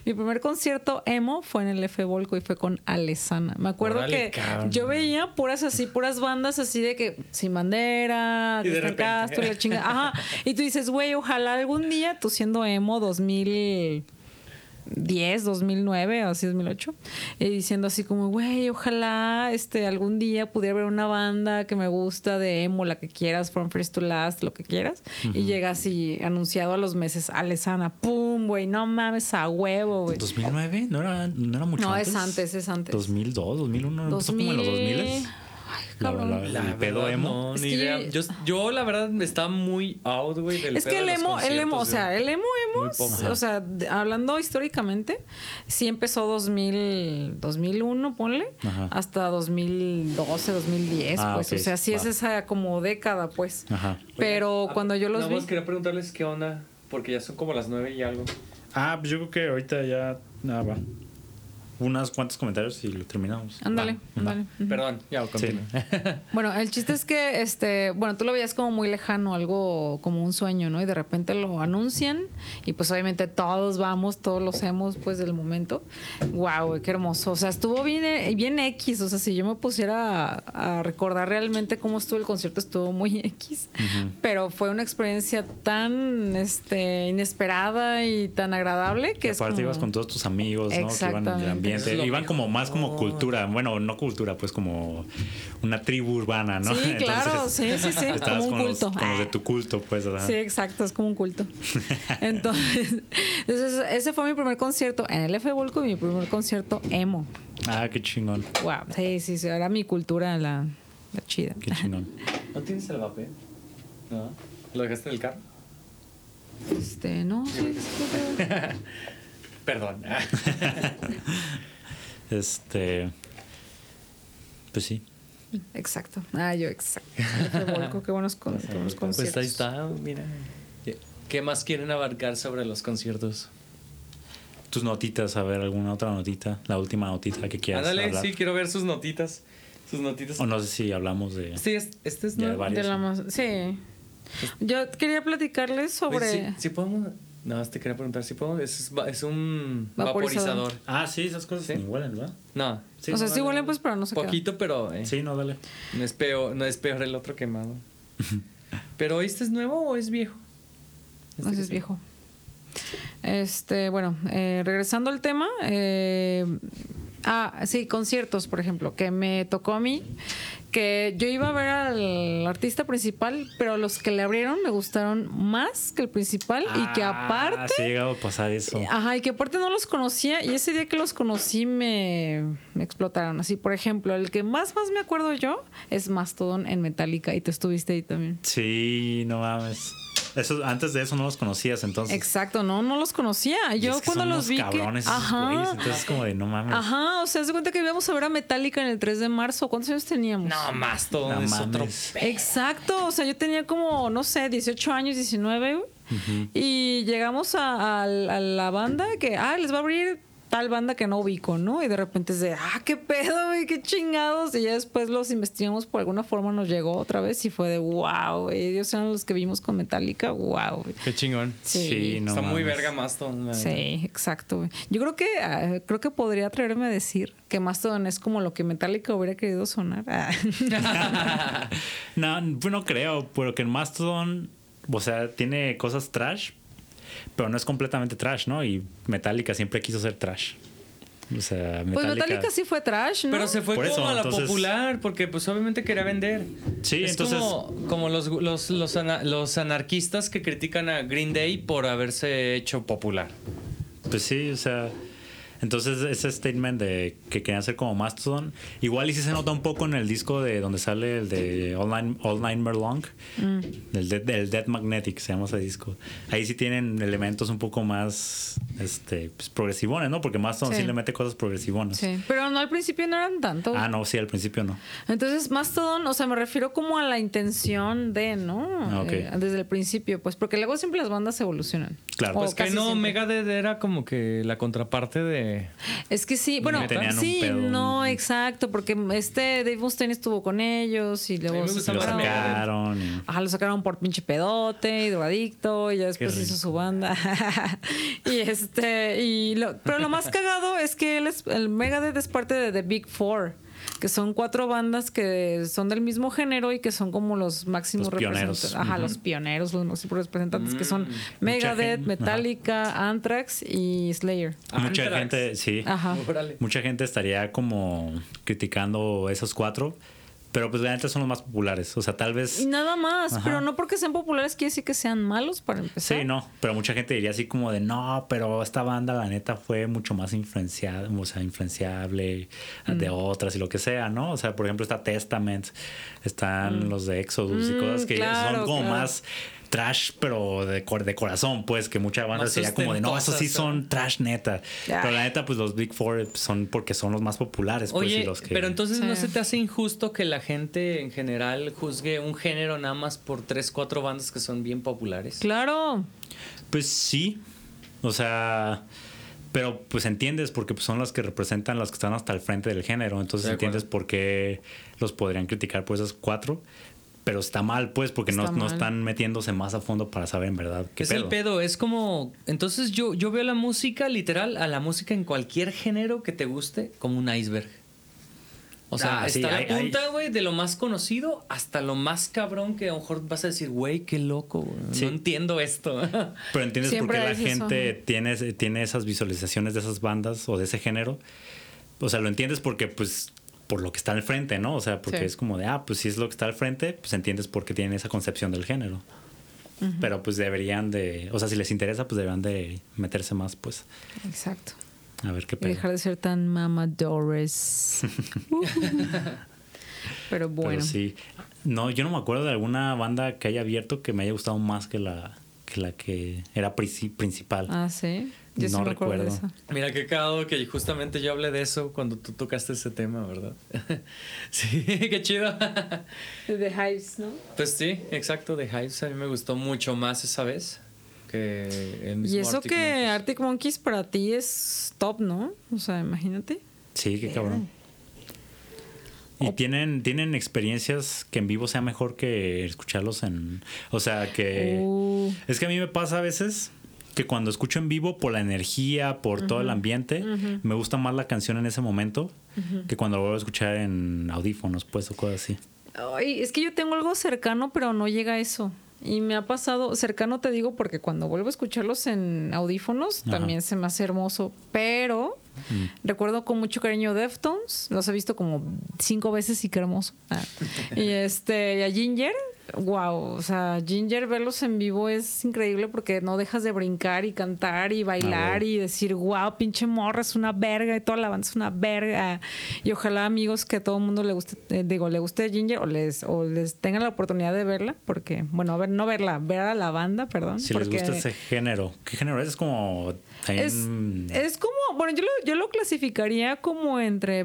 A: Mi primer concierto emo fue en el F Volco y fue con Alesana. Me acuerdo
C: Órale,
A: que
C: cabrón.
A: yo veía puras así, puras bandas así de que sin bandera,
C: Y de
A: Cristian
C: repente.
A: Castro, la chingada. Ajá. Y tú dices, güey, ojalá algún día tú siendo emo 2010, 2009 o así 2008, y eh, diciendo así como, güey, ojalá este algún día pudiera ver una banda que me gusta de emo, la que quieras, from first to last, lo que quieras. Y llega así anunciado a los meses, Alesana, pum, güey, no mames a huevo, güey.
B: ¿2009? ¿No era, no era mucho
A: pues. No,
B: antes?
A: es antes, es antes.
B: 2002, 2001, ¿no? empezó
A: 2000.
B: como en los 2000.
A: Ay,
B: La-
A: cabrón.
B: la- El pedo emo.
C: No,
A: Es
C: ni
A: que-
C: idea. Yo, yo, la verdad, me está muy out, güey. del
A: es
C: pedo
A: que el
C: de los
A: emo, el emo, o
C: conciertos,
A: sea,
C: güey.
A: el emo, emo,
C: Muy poco.
A: s- o sea, de- hablando históricamente, sí empezó 2000, 2001, ponle,
B: Ajá.
A: hasta 2012, 2010,
B: Ah,
A: pues,
B: ok,
A: o sea, sí
B: va.
A: es esa como década, pues.
B: Ajá.
A: Pero
C: Ah,
A: cuando yo los
C: Nada
A: vi,
C: más quería preguntarles qué onda, porque ya son como las nueve y algo.
B: Ah, pues yo creo que ahorita ya. Nada, va. Unas cuantos comentarios y lo terminamos.
A: ándale,
B: Va, va.
A: ándale. Ujú.
C: Perdón, ya, continúa.
A: Bueno, el chiste es que, este, bueno, tú lo veías como muy lejano, algo como un sueño, ¿no? Y de repente lo anuncian y pues obviamente todos vamos, todos los hemos, pues del momento. Wow, qué hermoso. O sea, estuvo bien, eh, bien X. O sea, si yo me pusiera a, a recordar realmente cómo estuvo el concierto, estuvo muy X. Pero fue una experiencia tan, este, inesperada y tan agradable que es
B: Aparte
A: como-
B: ibas con todos tus amigos, ¿no? Que iban en el
A: Exactamente.
C: Eso es
B: ambiente.
C: lo
B: Iban como más como
C: mejor.
B: cultura. Bueno, no cultura, pues como una tribu urbana, ¿no?
A: Sí, claro, sí, sí, sí,
B: estabas
A: como un
B: con los-
A: culto.
B: con los de tu culto, pues. ¿verdad?
A: Sí, exacto, es como un culto. Entonces, entonces, ese fue mi primer concierto en el F Volco, mi primer concierto emo.
B: Ah, qué chingón,
A: Wow. Sí, sí, sí, era mi cultura la, la chida.
B: qué chingón.
C: ¿No tienes el vapor? No. ¿Lo dejaste en el carro?
A: Este, no, sí, sí, sí.
C: Perdón.
B: Este. Pues sí.
A: exacto. Ah, yo exacto. El F Volco, qué buenos, con- qué buenos conciertos.
C: Pues ahí está, mira. ¿Qué más quieren abarcar sobre los conciertos?
B: Tus notitas, a ver, alguna otra notita, la última notita que quieras.
C: Ándale,
B: hablar.
C: sí, quiero ver sus notitas. Sus notitas.
B: O no sé si hablamos de.
C: Sí, es- este es
B: Ya
C: nuevo.
B: va.
A: De la más- sí. Yo quería platicarles sobre
C: Oye, pues, sí, sí podemos. Nada más te quería preguntar si podemos. Es, va- es un
A: Vaporizador.
C: vaporizador.
B: Ah, sí, esas cosas
C: Sí.
B: ni huelen, ¿verdad?
C: No.
A: O sea,
B: no,
A: sí
B: dale.
A: huelen pues, pero no se quedan.
C: Poquito, pero. eh,
B: Sí, no, dale.
C: No es peor, no es peor el otro quemado. Pero este es nuevo o es viejo?
A: No sé
C: Este que
A: si es
C: sí.
A: viejo. Este, bueno, eh, regresando al tema. eh, ah, sí, conciertos, por ejemplo, que me tocó a mí. Que yo iba a ver al artista principal, pero los que le abrieron me gustaron más que el principal y que
B: Ah,
A: aparte. Eh, ah.
B: sí, ha llegado a pasar eso.
A: Ajá, y que aparte no los conocía y ese día que los conocí me, me explotaron. Así, por ejemplo, el que más más me acuerdo yo es Mastodon en Metallica y tú estuviste ahí también.
B: Sí, no mames. Eso, antes de eso no los conocías, entonces.
A: Exacto, no, no los conocía.
B: Y
A: Yo
B: es que
A: cuando
B: son
A: los
B: unos
A: vi. que-
B: cabrones esos güeyes,
A: ajá,
B: entonces es como de no mames.
A: ajá, o sea, se cuenta que íbamos a ver a Metallica en el 3 de marzo. ¿Cuántos años teníamos?
C: No, más todo
B: No
C: es otro.
B: mames.
A: Exacto, o sea, yo tenía como, no sé, 18 años, 19, güey. Y llegamos a, a la a la banda que, ah, les va a abrir tal banda que no ubico, ¿no? Y de repente es de, ah, qué pedo, güey, qué chingados. Y ya después los investigamos, por alguna forma nos llegó otra vez y fue de, wow, güey, ellos eran los que vimos con Metallica, wow. güey".
C: Qué chingón.
A: Sí.
B: no
C: Está muy
B: mames.
C: verga Mastodon. la verdad.
A: Sí, exacto. güey. Yo creo que ah, creo que podría atreverme a decir que Mastodon es como lo que Metallica hubiera querido sonar. Ah.
B: No, pues no creo, pero que en Mastodon, o sea, tiene cosas trash, pero no es completamente trash, ¿no? Y Metallica siempre quiso ser trash. O sea,
A: Pues Metallica sí fue trash, ¿no?
C: Pero se fue
B: Por
C: como
B: eso,
C: a la
B: entonces-
C: popular, porque pues obviamente quería vender.
B: Sí,
C: Es
B: entonces-
C: Como, como los, los, los, ana- los anarquistas que critican a Green Day por haberse hecho popular.
B: Pues sí, o sea. Entonces, ese statement de que querían ser como Mastodon, igual y sí se nota un poco en el disco de donde sale el de Online, Online Merlong,
A: Mm.
B: del, Dead- del Dead Magnetic, se llama ese disco. Ahí sí tienen elementos un poco más este, pues, progresivones, ¿no? Porque Mastodon sí.
A: Sí.
B: le mete cosas progresivonas.
A: Sí, pero no al principio no eran tanto.
B: Ah, no, sí, al principio no.
A: Entonces, Mastodon, o sea, me refiero como a la intención de, ¿no?
B: Ah, ok.
A: Eh, desde el principio, pues, porque luego siempre las bandas evolucionan.
B: Claro.
A: O
B: Pues
C: Que
A: casi
C: no,
A: siempre.
C: Megadeth era como que la contraparte de...
B: Pues,
A: Es que sí, bueno,
B: tenían un
A: sí,
B: pedo, un-
A: no, exacto, porque este Dave Mustaine estuvo con ellos y
C: A
A: luego
C: mí me
A: se
C: gusta
B: Lo
C: más
A: separaron.
C: Megadeth.
B: sacaron. y-
A: Ajá, lo sacaron por pinche pedote y drogadicto y ya después hizo su banda. y este, y lo- pero lo más cagado es que él es, el Megadeth es parte de The Big Four, que son cuatro bandas que son del mismo género y que son como los máximos
B: Los pioneros. Mm,
A: representantes. Ajá, los pioneros, los máximos representantes que son Megadeth,
B: gente. Ajá.
A: Metallica, Anthrax y Slayer.
B: Mucha
C: Anthrax.
B: gente, sí.
A: Ajá.
C: Órale.
B: Mucha gente estaría como criticando esos cuatro, pero pues realmente son los más populares. O sea, tal
A: Y
B: vez...
A: nada más,
B: Ajá.
A: pero no porque sean populares quiere decir que sean malos para empezar.
B: Sí, no, pero mucha gente diría así como de, no, pero esta banda la neta fue mucho más influenciada, o sea, influenciable de otras y lo que sea, ¿no? O sea, por ejemplo está Testament, están los de Exodus y
A: Mm,
B: cosas que
A: claro,
B: son como
A: claro.
B: más trash, pero de, cor- de corazón, pues, que mucha banda
C: Más
B: sería como de, no, esos sí
C: sustentosas, ¿no?
B: son trash neta.
A: Ah.
B: Pero la neta, pues los Big Four son porque son los más populares, pues, y
C: Oye,
B: los que...
C: pero entonces
A: Sí.
C: ¿no se te hace injusto que la gente en general juzgue un género nada más por tres, cuatro bandas que son bien populares?
A: Claro.
B: Pues sí. O sea, pero pues entiendes porque pues, son las que representan las que están hasta el frente del género. Entonces
C: De acuerdo.
B: entiendes por qué los podrían criticar por esas cuatro. Pero está mal, pues, porque no,
A: Está
B: no
A: mal.
B: están metiéndose más a fondo para saber en verdad qué
C: es
B: pedo.
C: el pedo, es como... Entonces yo, yo veo la música, literal, a la música en cualquier género que te guste, como un iceberg. O sea,
B: Ah, sí,
C: está la
B: hay- hay-
C: punta, güey, de lo más conocido hasta lo más cabrón que a lo mejor vas a decir, güey, qué loco, güey,
B: Sí.
C: no entiendo esto.
B: Pero entiendes
A: Siempre
B: por qué la
A: es eso,
B: gente tiene, ese- tiene esas visualizaciones de esas bandas o de ese género. O sea, lo entiendes porque, pues, por lo que está al frente, ¿no? O sea, porque
A: Sí.
B: es como de, ah, pues si es lo que está al frente, pues entiendes por qué tienen esa concepción del género. Pero pues deberían de, o sea, si les interesa, pues deberían de meterse más, pues,
A: Exacto.
B: a ver qué
A: Y dejar
B: pasa.
A: de ser tan mamadores. Pero bueno.
B: Pero sí, no, yo no me acuerdo de alguna banda que haya abierto que me haya gustado más que la que, la que era princi- principal.
A: Ah, sí. Yo sí
B: No
A: me acuerdo de
B: recuerdo.
A: eso.
C: Mira qué cagado que justamente yo hablé de eso cuando tú tocaste ese tema, ¿verdad? sí, qué chido.
A: De Hives, ¿no?
C: Pues sí, exacto, de Hives a mí me gustó mucho más esa vez que el mismo
A: Y eso
C: Arctic
A: que
C: Monkeys.
A: Arctic Monkeys para ti es top, ¿no? O sea, imagínate.
B: Sí, qué cabrón. Y tienen, tienen experiencias que en vivo sea mejor que escucharlos en. O sea, que.
A: Uh.
B: Es que a mí me pasa a veces que cuando escucho en vivo, por la energía, por todo el ambiente, me gusta más la canción en ese momento que cuando la vuelvo a escuchar en audífonos, pues, o cosas así.
A: Ay, es que yo tengo algo cercano, pero no llega a eso. Y me ha pasado, cercano te digo, porque cuando vuelvo a escucharlos en audífonos,
B: Ajá.
A: también se me hace hermoso. Pero recuerdo con mucho cariño Deftones, los he visto como cinco veces y qué hermoso. Ah. y este, y a Ginger, wow, o sea, Ginger verlos en vivo es increíble porque no dejas de brincar y cantar y bailar
B: huevo.
A: y decir, wow, pinche morra, es una verga, y toda la banda es una verga. Y ojalá, amigos, que a todo el mundo le guste, eh, digo, le guste Ginger o les, o les tengan la oportunidad de verla, porque, bueno, a ver, no verla, ver a la banda, perdón.
B: Si
A: porque
B: les gusta ese género. ¿Qué género es? Es como.
A: es,
B: también-
A: es como, bueno, yo lo, yo lo clasificaría como entre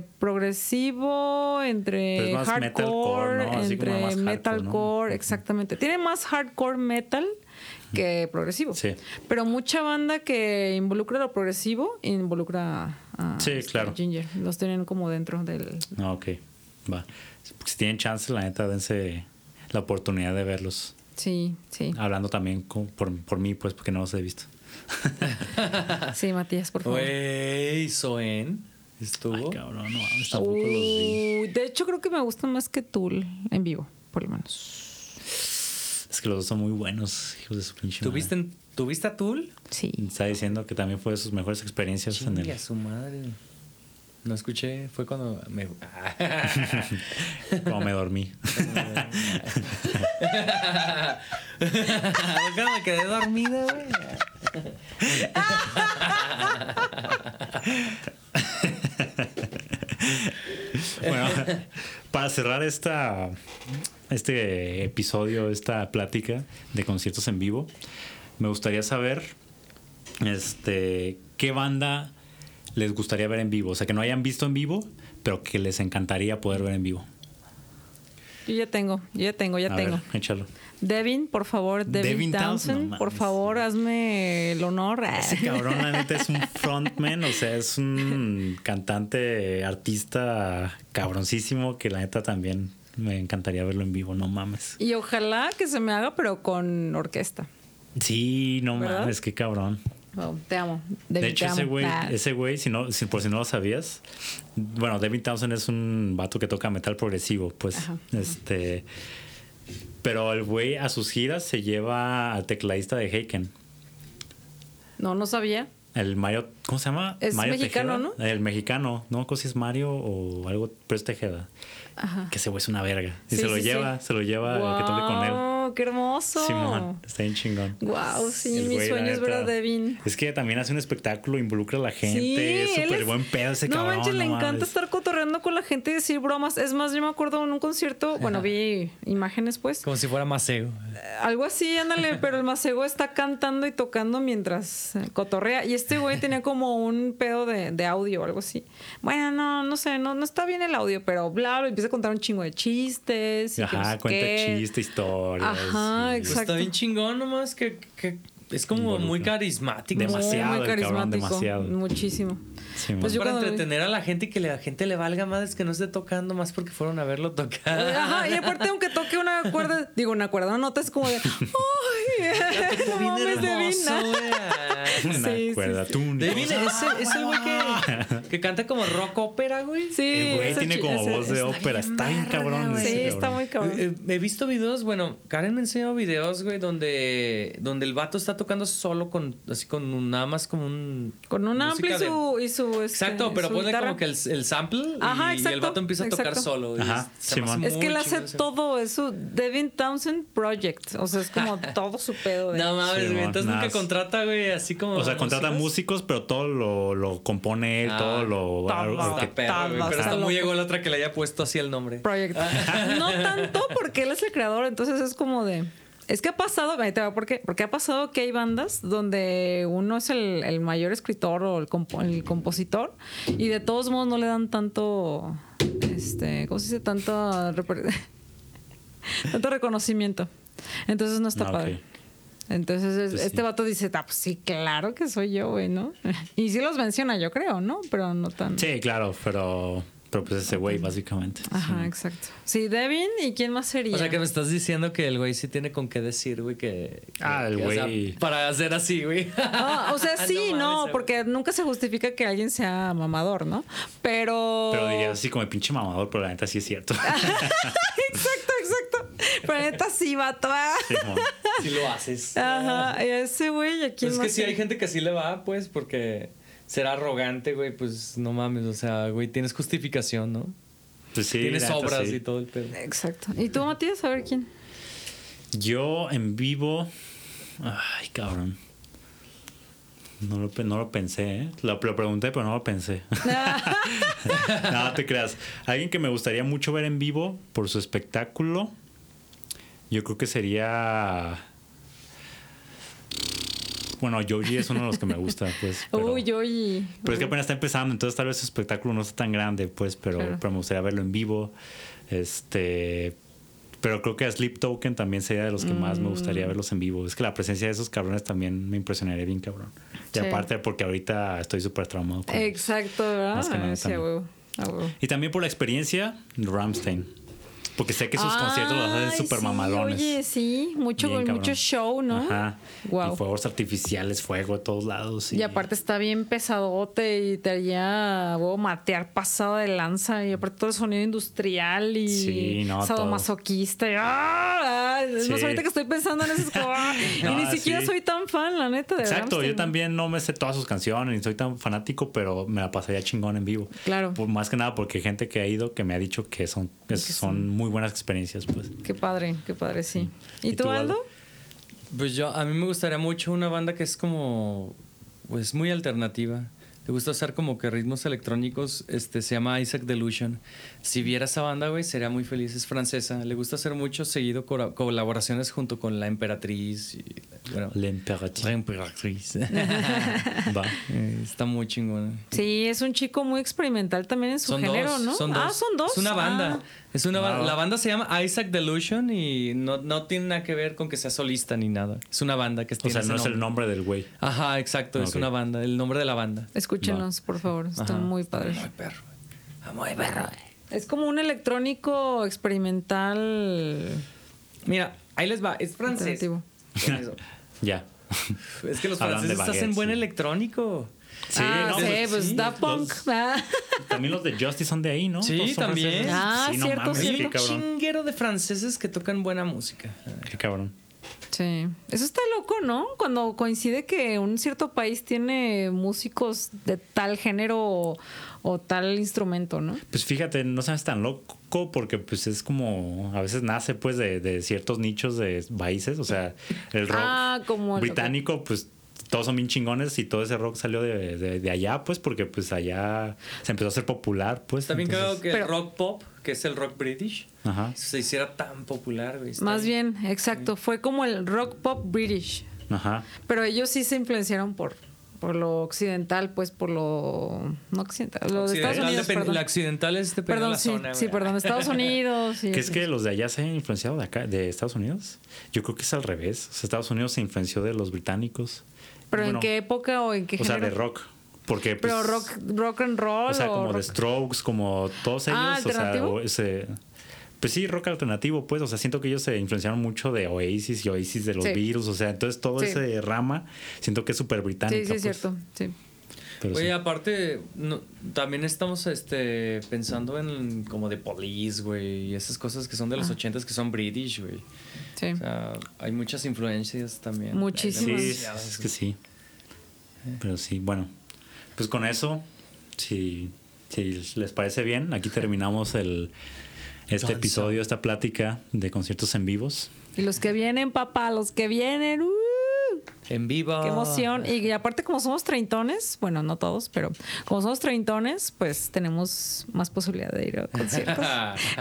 A: progresivo, entre
B: Pero es más
A: hardcore,
B: metalcore, ¿no? Así como
A: entre
B: más hardcore, ¿no?
A: metalcore, exactamente. Tiene más hardcore metal que progresivo.
B: Sí.
A: Pero mucha banda que involucra lo progresivo involucra a
B: Sí,
A: este,
B: claro.
A: Ginger. Los tienen como dentro del.
B: Ah, ok. Va. Si tienen chance, la neta, dense la oportunidad de verlos.
A: Sí, sí.
B: Hablando también con- por, por mí, pues, porque no los he visto. Ah.
A: Sí, Matías, por favor.
C: Güey, Soen
B: Ay,
C: estuvo.
B: cabrón, no mames, pues, tampoco los vi.
A: Uy, de hecho, creo que me gustan más que Tool en vivo, por lo menos.
B: Es que los dos son muy buenos, hijos de su pinche madre.
C: ¿Tuviste, en- ¿Tuviste a Tool?
A: Sí.
B: Está diciendo que también fue de sus mejores experiencias en
C: Chingue
B: el...
C: a su madre. No escuché, fue cuando me.
B: Como me dormí.
C: Cuando me quedé dormido, güey.
B: bueno, para cerrar esta, este episodio, esta plática de conciertos en vivo, me gustaría saber este, qué banda les gustaría ver en vivo. O sea, que no hayan visto en vivo, pero que les encantaría poder ver en vivo.
A: Yo ya tengo, yo ya tengo, ya
B: A
A: tengo.
B: ver, échalo.
A: Devin, por favor, Devin,
B: Devin Townsend,
A: Townsend,
B: no
A: por
B: mames.
A: favor, hazme el honor.
B: Ese cabrón, la neta, es un frontman, o sea, es un cantante, artista cabroncísimo que la neta también me encantaría verlo en vivo, no mames.
A: Y ojalá que se me haga, pero con orquesta.
B: Sí, no
A: ¿Verdad?
B: mames, qué cabrón.
A: Wow, te amo. Devin,
B: De,
A: te
B: hecho, ese
A: amo.
B: güey,
A: Ah.
B: ese güey, si no, si- por si no lo sabías, bueno, Devin Townsend es un vato que toca metal progresivo, pues,
A: Ajá.
B: este, pero el güey a sus giras se lleva al tecladista de Haken,
A: No, no sabía.
B: El Mario, ¿cómo se llama?
A: Es
B: Mario
A: mexicano,
B: Tejeda. El mexicano, no, no sé si es Mario o algo, pero es Tejeda.
A: Ajá.
B: Que ese güey es una verga. Y
A: Ah. Sí,
B: se lo
A: sí,
B: lleva,
A: sí.
B: se lo lleva al que toque con él.
A: Guau, ¡Qué hermoso!
B: Simón, está bien chingón.
A: Wow, sí,
B: El
A: mi
B: güey, la
A: sueño es ver a
B: neta,
A: Devin.
B: Es que también hace un espectáculo, involucra a la gente, es
A: él
B: súper buen pedo ese
A: no
B: cabrón.
A: Manches, le
B: no
A: encanta
B: mames.
A: estar cotorreando con la gente y decir bromas. Es más, yo me acuerdo en un concierto, bueno, vi imágenes pues.
C: Como si fuera Pues Maceo.
A: Algo así, ándale, pero el macego está cantando y tocando mientras eh, cotorrea. Y este güey tenía como un pedo de, de audio o algo así. Bueno, no, no sé, no, no está bien el audio, pero bla, bla, empieza a contar un chingo de chistes. Y que no
B: Ajá,
A: sé
B: cuenta
A: pues, qué.
B: chiste, historias.
A: Ajá,
B: y-
A: exacto.
C: Está bien chingón nomás que, que es como muy
B: Involucra.
C: carismático.
A: Muy,
B: Demasiado. el cabrón, demasiado.
A: Muchísimo.
B: Simón.
A: Pues yo
C: para
A: cuando vi-
C: entretener a la gente y que la gente le valga madres que no esté tocando más porque fueron a verlo tocar.
A: Ajá, y aparte aunque toque una cuerda, digo una cuerda, una nota es como de, ¡ay! No
C: Bien
A: mames,
C: hermoso,
A: Devin.
C: güey.
B: Una
A: sí, sí,
B: cuerda,
A: sí.
B: tú un-
C: Devin es, el- es el güey que, que canta como rock ópera, güey.
A: Sí,
B: El güey
A: ese
B: tiene
A: chi-
B: como
A: ese-
B: voz de
A: está
B: ópera, está bien cabrón.
A: bien-
B: ese
A: Sí, está
B: cabrón.
A: muy cabrón.
C: Eh, eh, He visto videos, bueno, Karen me enseñó videos, güey, donde, donde el vato está tocando solo con, así con un- nada más como un...
A: Con un ampli
C: música
A: y
C: de-
A: su, y su este,
C: Exacto, pero
A: su
C: ponle
A: guitarra.
C: como que el, el sample
A: Ajá,
C: y, el
A: exacto,
C: vato empieza a tocar
A: exacto.
C: solo. y
B: Ajá,
C: es- se me hace
B: Simón.
A: Es
C: muy
A: que él hace
C: chingón ese-
A: todo, es su Devin Townsend Project. O sea, es como todo su pedo. de-
C: No mames,
B: Simón,
C: güey, entonces
B: nada
C: nunca
B: más.
C: contrata, güey, así como...
B: O sea, contrata músicos, pero todo lo, lo compone él,
C: Ah,
B: todo lo...
A: está
B: lo-
C: Está
A: porque-
C: perro, güey,
A: Está
C: pero está
A: loco.
C: muy ego la otra que le haya puesto así el nombre.
A: Project. No tanto porque él es el creador, entonces es como de. Es que ha pasado, ahí te va, porque, porque ha pasado que hay bandas donde uno es el, el mayor escritor o el, compo- el compositor y de todos modos no le dan tanto, este, ¿cómo se dice? Tanto, reper- tanto reconocimiento. Entonces no está
B: Ah, ok.
A: padre. Entonces es-
B: Pues sí.
A: este vato dice, "Ah, pues sí, claro que soy yo, güey, ¿no? Y sí los menciona, yo creo, ¿no? Pero no tan...
B: Sí, claro, pero, pero pues ese güey, básicamente.
A: Ajá,
B: Sí.
A: exacto. Sí, Devin, ¿y quién más sería?
C: O sea, que me estás diciendo que el güey sí tiene con qué decir, güey, que...
B: Ah, el
C: que, o sea,
B: güey.
C: para hacer así, güey.
A: Ah, o sea,
C: Ah,
A: sí,
C: mames,
A: no,
C: güey.
A: porque nunca se justifica que alguien sea mamador, ¿no? Pero.
B: Pero dirías así como el pinche mamador, pero la neta sí es cierto.
A: exacto, exacto. Pero neta sí, vato. ah.
B: Simón.
C: Si lo haces.
A: Ajá, y ese güey, aquí
C: Pues es que sí hay gente que sí le va, pues, porque ser arrogante, güey, pues no mames, o sea, güey, tienes justificación, ¿no?
B: Pues sí,
C: tienes
B: la neta,
C: obras
B: sí.
C: y todo el pedo.
A: Exacto. ¿Y tú, Matías? A ver quién.
B: Yo en vivo... Ay, cabrón. No lo, pe- no lo pensé, ¿eh? Lo, lo pregunté, pero no lo pensé. no, te creas. Alguien que me gustaría mucho ver en vivo por su espectáculo, yo creo que sería... Bueno, Yoji es uno de los que me gusta, pues. pero-
A: Uy, yo y.
B: Pero es que apenas está empezando, entonces tal vez su espectáculo no está tan grande, pues, pero,
A: Claro.
B: pero me gustaría verlo en vivo. Este. Pero creo que a Sleep Token también sería de los que más me gustaría
A: Mm.
B: verlos en vivo. Es que la presencia de esos cabrones también me impresionaría bien, cabrón. Y
A: Sí.
B: aparte, porque ahorita estoy súper traumado. Con ellos.
A: Exacto, ¿verdad? Ah,
B: Más que nada
A: sí, a
B: también.
A: huevo. A huevo.
B: Y también por la experiencia, Ramstein. Porque sé que sus conciertos los hacen
A: Ay,
B: súper
A: sí,
B: mamalones.
A: Oye, sí, mucho,
B: Bien cabrón.
A: mucho show, ¿no?
B: Ajá.
A: Guau.
B: Y fuegos artificiales, fuego a todos lados.
A: Y aparte está bien pesadote y te haría huevo, matear pasada de lanza y aparte todo el sonido industrial y
B: Sí, no, todo.
A: sadomasoquista. y ¡ah! Es
B: Sí.
A: más ahorita que estoy pensando en esas cosas. ¡ah! y
B: No,
A: ni siquiera
B: sí.
A: soy tan fan, la neta, de
B: Exacto,
A: Rammstein.
B: yo también no me sé todas sus canciones, ni soy tan fanático, pero me la pasaría chingón en vivo.
A: Claro.
B: Por- más que nada porque hay gente que ha ido que me ha dicho que son, que son muy buenas experiencias, pues.
A: Qué padre, qué padre, sí. ¿Y,
B: Mm. ¿Y
A: tú,
B: tú,
A: Aldo?
B: Aldo?
C: Pues yo, a mí me gustaría mucho una banda que es como, pues muy alternativa. Le gusta hacer como que ritmos electrónicos, este, se llama Isaac Delusion. Si viera esa banda, güey, sería muy feliz. Es francesa. Le gusta hacer mucho seguido cora- colaboraciones junto con La Emperatriz. y, bueno,
B: La Emperatriz.
C: La Emperatriz.
B: Va.
C: Eh, Está muy chingona.
A: Sí, es un chico muy experimental también en su
C: son
A: género,
C: dos,
A: ¿no?
C: Son dos.
A: Ah, son dos.
C: Es una banda.
A: Ah.
C: Es una ba-
B: Ah.
C: La banda se llama Isaac Delusion y no, no tiene nada que ver con que sea solista ni nada. Es una banda que
B: O
C: tiene
B: sea,
C: ese
B: no es el
C: nombre.
B: nombre del güey.
C: Ajá, exacto, es
B: Ok.
C: una banda, el nombre de la banda.
A: Escúchenlos, por favor, están
C: Ajá.
A: muy padres.
C: Ay, perro. Amo de Ah, perro.
A: Es como un electrónico experimental.
C: Mira, ahí les va, es francés.
A: Alternativo.
C: Con eso.
B: Ya.
C: Es que los
B: Hablan de
C: franceses hacen
B: baguettes,
C: buen
B: sí.
C: electrónico.
B: Sí,
A: ah,
B: no,
A: sí,
B: pues,
A: pues
C: sí,
A: da punk.
B: los-
A: Ah.
B: También los de Justice son de ahí, ¿no?
C: Sí,
B: Todos son
C: también.
B: franceses.
A: Ah, cierto,
B: qué
A: cierto.
B: cabrón.
C: chinguero de franceses que tocan buena música.
B: Qué cabrón.
A: Sí. Eso está loco, ¿no? Cuando coincide que un cierto país tiene músicos de tal género o, o tal instrumento, ¿no?
B: Pues fíjate, no sabes tan loco porque pues es como a veces nace pues de, de ciertos nichos de países, o sea, el rock
A: Ah, como el-
B: británico pues todos son bien chingones y todo ese rock salió de, de- de allá pues porque pues allá se empezó a hacer popular pues.
C: Está bien
B: entonces-
C: creo que
A: Pero-
C: el rock pop, que es el rock british,
B: Ajá.
C: se hiciera tan popular, güey. Está
A: Más bien, exacto. Fue como el rock pop british.
B: Ajá.
A: Pero ellos sí se influenciaron por, por lo occidental, pues por lo. No occidental, lo de Estados
C: Occidental
A: Unidos.
C: depende-
A: Perdón,
C: La occidental es dependiendo
A: Perdón,
C: de la
A: sí,
C: zona.
A: sí,
C: güey.
A: perdón, Estados Unidos. y-
B: ¿Que es que los de allá se han influenciado de acá, de Estados Unidos? Yo creo que es al revés. O sea, Estados Unidos se influenció de los británicos.
A: ¿Pero en
B: Bueno,
A: qué época o en qué
B: O sea,
A: género?
B: de rock. Porque pues,
A: Pero rock, rock and roll.
B: O sea, como
A: rock-
B: The Strokes, como todos ellos.
A: Ah,
B: o sea,
A: ¿alternativo?
B: o ese- pues sí, rock alternativo, pues. O sea, siento que ellos se influenciaron mucho de Oasis y Oasis de los
A: Sí.
B: virus. O sea, entonces todo
A: Sí.
B: ese rama siento que es súper británico.
A: Sí, sí, es cierto. Sí.
B: Pero sí.
C: Oye, aparte, no- también estamos este, pensando en como de police, güey, y esas cosas que son de los ochentas que son british, güey.
A: Ah. Sí.
C: O sea, hay muchas influencias también.
B: Sí,
A: Muchísimas.
C: Hay
B: es,
C: demasiadas.
B: es que sí. Pero sí, bueno. Pues con eso, si, si les parece bien, aquí terminamos el este
C: Gonzo.
B: episodio, esta plática de conciertos en vivos.
A: Y los que vienen, papá, los que vienen. ¡uh!
C: En vivo.
B: Ah.
A: ¡Qué emoción! Y aparte, como somos treintones, bueno, no todos, pero como somos treintones, pues tenemos más posibilidad de ir a conciertos.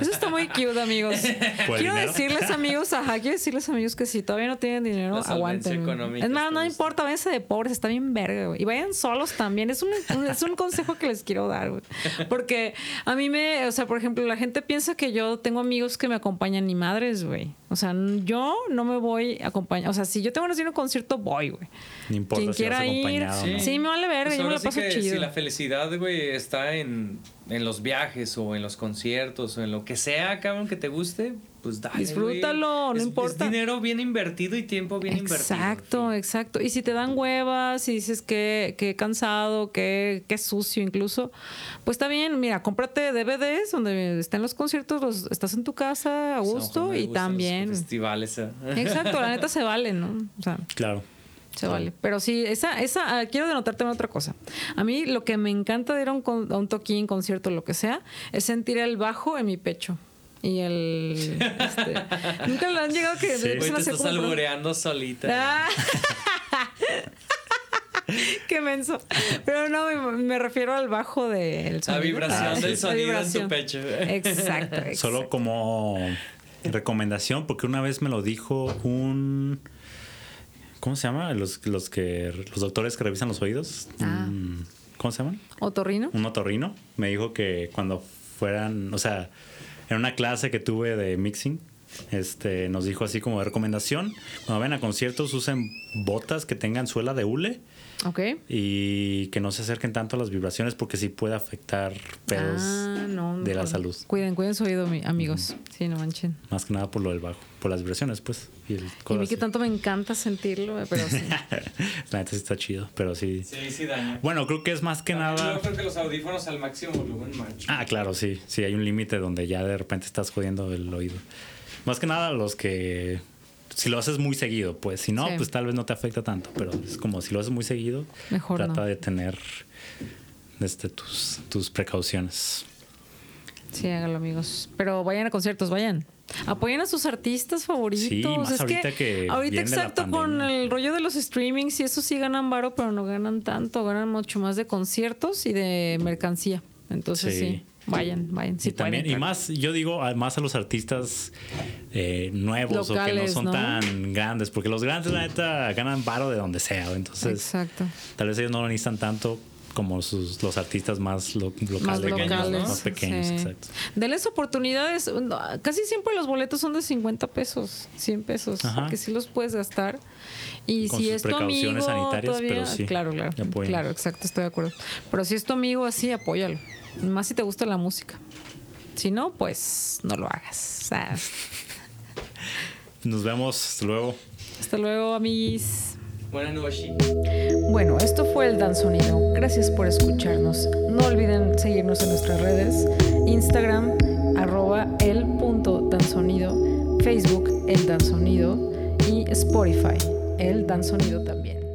A: Eso está muy cute, amigos.
B: ¿Por el
A: Quiero
B: dinero?
A: decirles, amigos, ajá, quiero decirles, amigos, que si todavía no tienen dinero,
C: La solvencia
A: aguanten.
C: económica
A: Es más,
C: está
A: no
C: justa.
A: importa, váyanse de pobres, está bien verga, güey. Y vayan solos también. Es un, un- es un consejo que les quiero dar, güey. Porque a mí me, o sea, por ejemplo, la gente piensa que yo tengo amigos que me acompañan ni madres, güey. O sea, n- yo no me voy a acompañar. O sea, si yo tengo ganas de ir a un concierto, voy, güey.
B: No importa
A: Quien
B: si vas
A: quiera ir.
B: acompañado o
A: Sí.
B: no.
A: me vale verga, yo me
C: Pues ahora
A: la
C: sí
A: paso
C: que
A: chido.
C: Si la felicidad, güey, está en, en los viajes o en los conciertos o en lo que sea, cabrón, que te guste, pues dale. güey.
A: Disfrútalo, no
C: Es-
A: importa.
C: Es dinero bien invertido y tiempo bien invertido.
A: Exacto, exacto. Y si te dan huevas, si dices que, que cansado, que, que sucio incluso, pues está bien, mira, cómprate DVDs donde estén los conciertos, los, estás en tu casa a
C: Pues, lo
A: gusto
C: mejor me
A: y
C: gustan los
A: también.
C: Festivales. ¿eh?
A: Exacto, la neta se vale, ¿no? O sea,
B: Claro.
A: se vale. Pero sí, esa, esa, ah, quiero denotar también otra cosa. A mí lo que me encanta de ir a un, con- a un toquín, concierto, lo que sea, es sentir el bajo en mi pecho. Y el. este, Nunca le han llegado que.
B: Sí.
A: empiezan
C: Hoy
A: a
C: te
A: hacer
C: estás
A: como-
C: albureando solita.
A: Ah. Qué menso. Pero no, me, me refiero al bajo del sonido. Ah,
C: vibración del
A: La
C: sonido en tu pecho.
A: Exacto. exacto.
B: Solo como recomendación, porque una vez me lo dijo un. ¿Cómo se llama? Los, los que los doctores que revisan los oídos.
A: Ah.
B: Mm, ¿Cómo se llaman?
A: ¿Otorrino?
B: Un otorrino. Me dijo que cuando fueran, o sea, en una clase que tuve de mixing, este, nos dijo así como de recomendación, cuando vayan a conciertos usen botas que tengan suela de hule
A: Ok.
B: y que no se acerquen tanto a las vibraciones porque sí puede afectar pedos
A: Ah, no,
B: de la
A: no.
B: salud.
A: Cuiden, cuiden su oído, mi- amigos. Sí, no manchen.
B: Más que nada por lo del bajo, por las vibraciones pues. Y, el,
A: Y a mí que
B: cosas
A: tanto me encanta sentirlo, eh, pero sí.
B: así. La neta sí está chido, pero sí.
D: Sí, sí daña.
B: Bueno, creo que es más que
D: Yo
B: nada...
D: creo que los audífonos al máximo volumen, macho.
B: Ah, claro, sí. Sí, hay un límite donde ya de repente estás jodiendo el oído. Más que nada los que... Si lo haces muy seguido, pues si no,
A: Sí.
B: pues tal vez no te afecta tanto, pero es como si lo haces muy seguido,
A: Mejor
B: trata
A: no.
B: de tener este, tus, tus precauciones.
A: Sí, hágalo, amigos. Pero vayan a conciertos, vayan. Apoyen a sus artistas favoritos.
B: más
A: es
B: ahorita que
A: ahorita
B: viene la
A: exacto con
B: pandemia.
A: el rollo de los streamings y eso sí ganan varo, pero no ganan tanto, ganan mucho más de conciertos y de mercancía. Entonces sí,
B: Sí.
A: vayan, vayan. Sí
B: y también, y
A: pueden.
B: más, yo digo, a- más a los artistas eh, nuevos o que no
A: Locales,
B: son
A: ¿no?
B: tan grandes, porque los grandes, la neta, ganan varo de donde sea. Entonces,
A: Exacto.
B: tal vez ellos no lo necesitan tanto como sus, los artistas más lo- locales,
A: Más
B: ¿no?
A: locales.
B: más pequeños,
A: sí.
B: exacto.
A: Denles oportunidades. No, Casi siempre los boletos son de 50 pesos, 100 pesos,
B: Ajá.
A: que sí los puedes gastar. Y
B: Con
A: si
B: sus
A: es tu amigo,
B: precauciones sanitarias, pero
A: todavía,
B: sí,
A: claro, claro,
B: apoyen.
A: claro, exacto, estoy de acuerdo. Pero si es tu amigo así, apóyalo. Más si te gusta la música. Si no, pues no lo hagas. Ah,
B: Nos vemos hasta luego.
A: Hasta luego, amiguis.
D: Buenas noches.
A: Bueno, esto fue el Danzonido. Gracias por escucharnos. No olviden seguirnos en nuestras redes. Instagram, arroba el punto Danzonido. Facebook, el Danzonido. Y Spotify, el Danzonido también.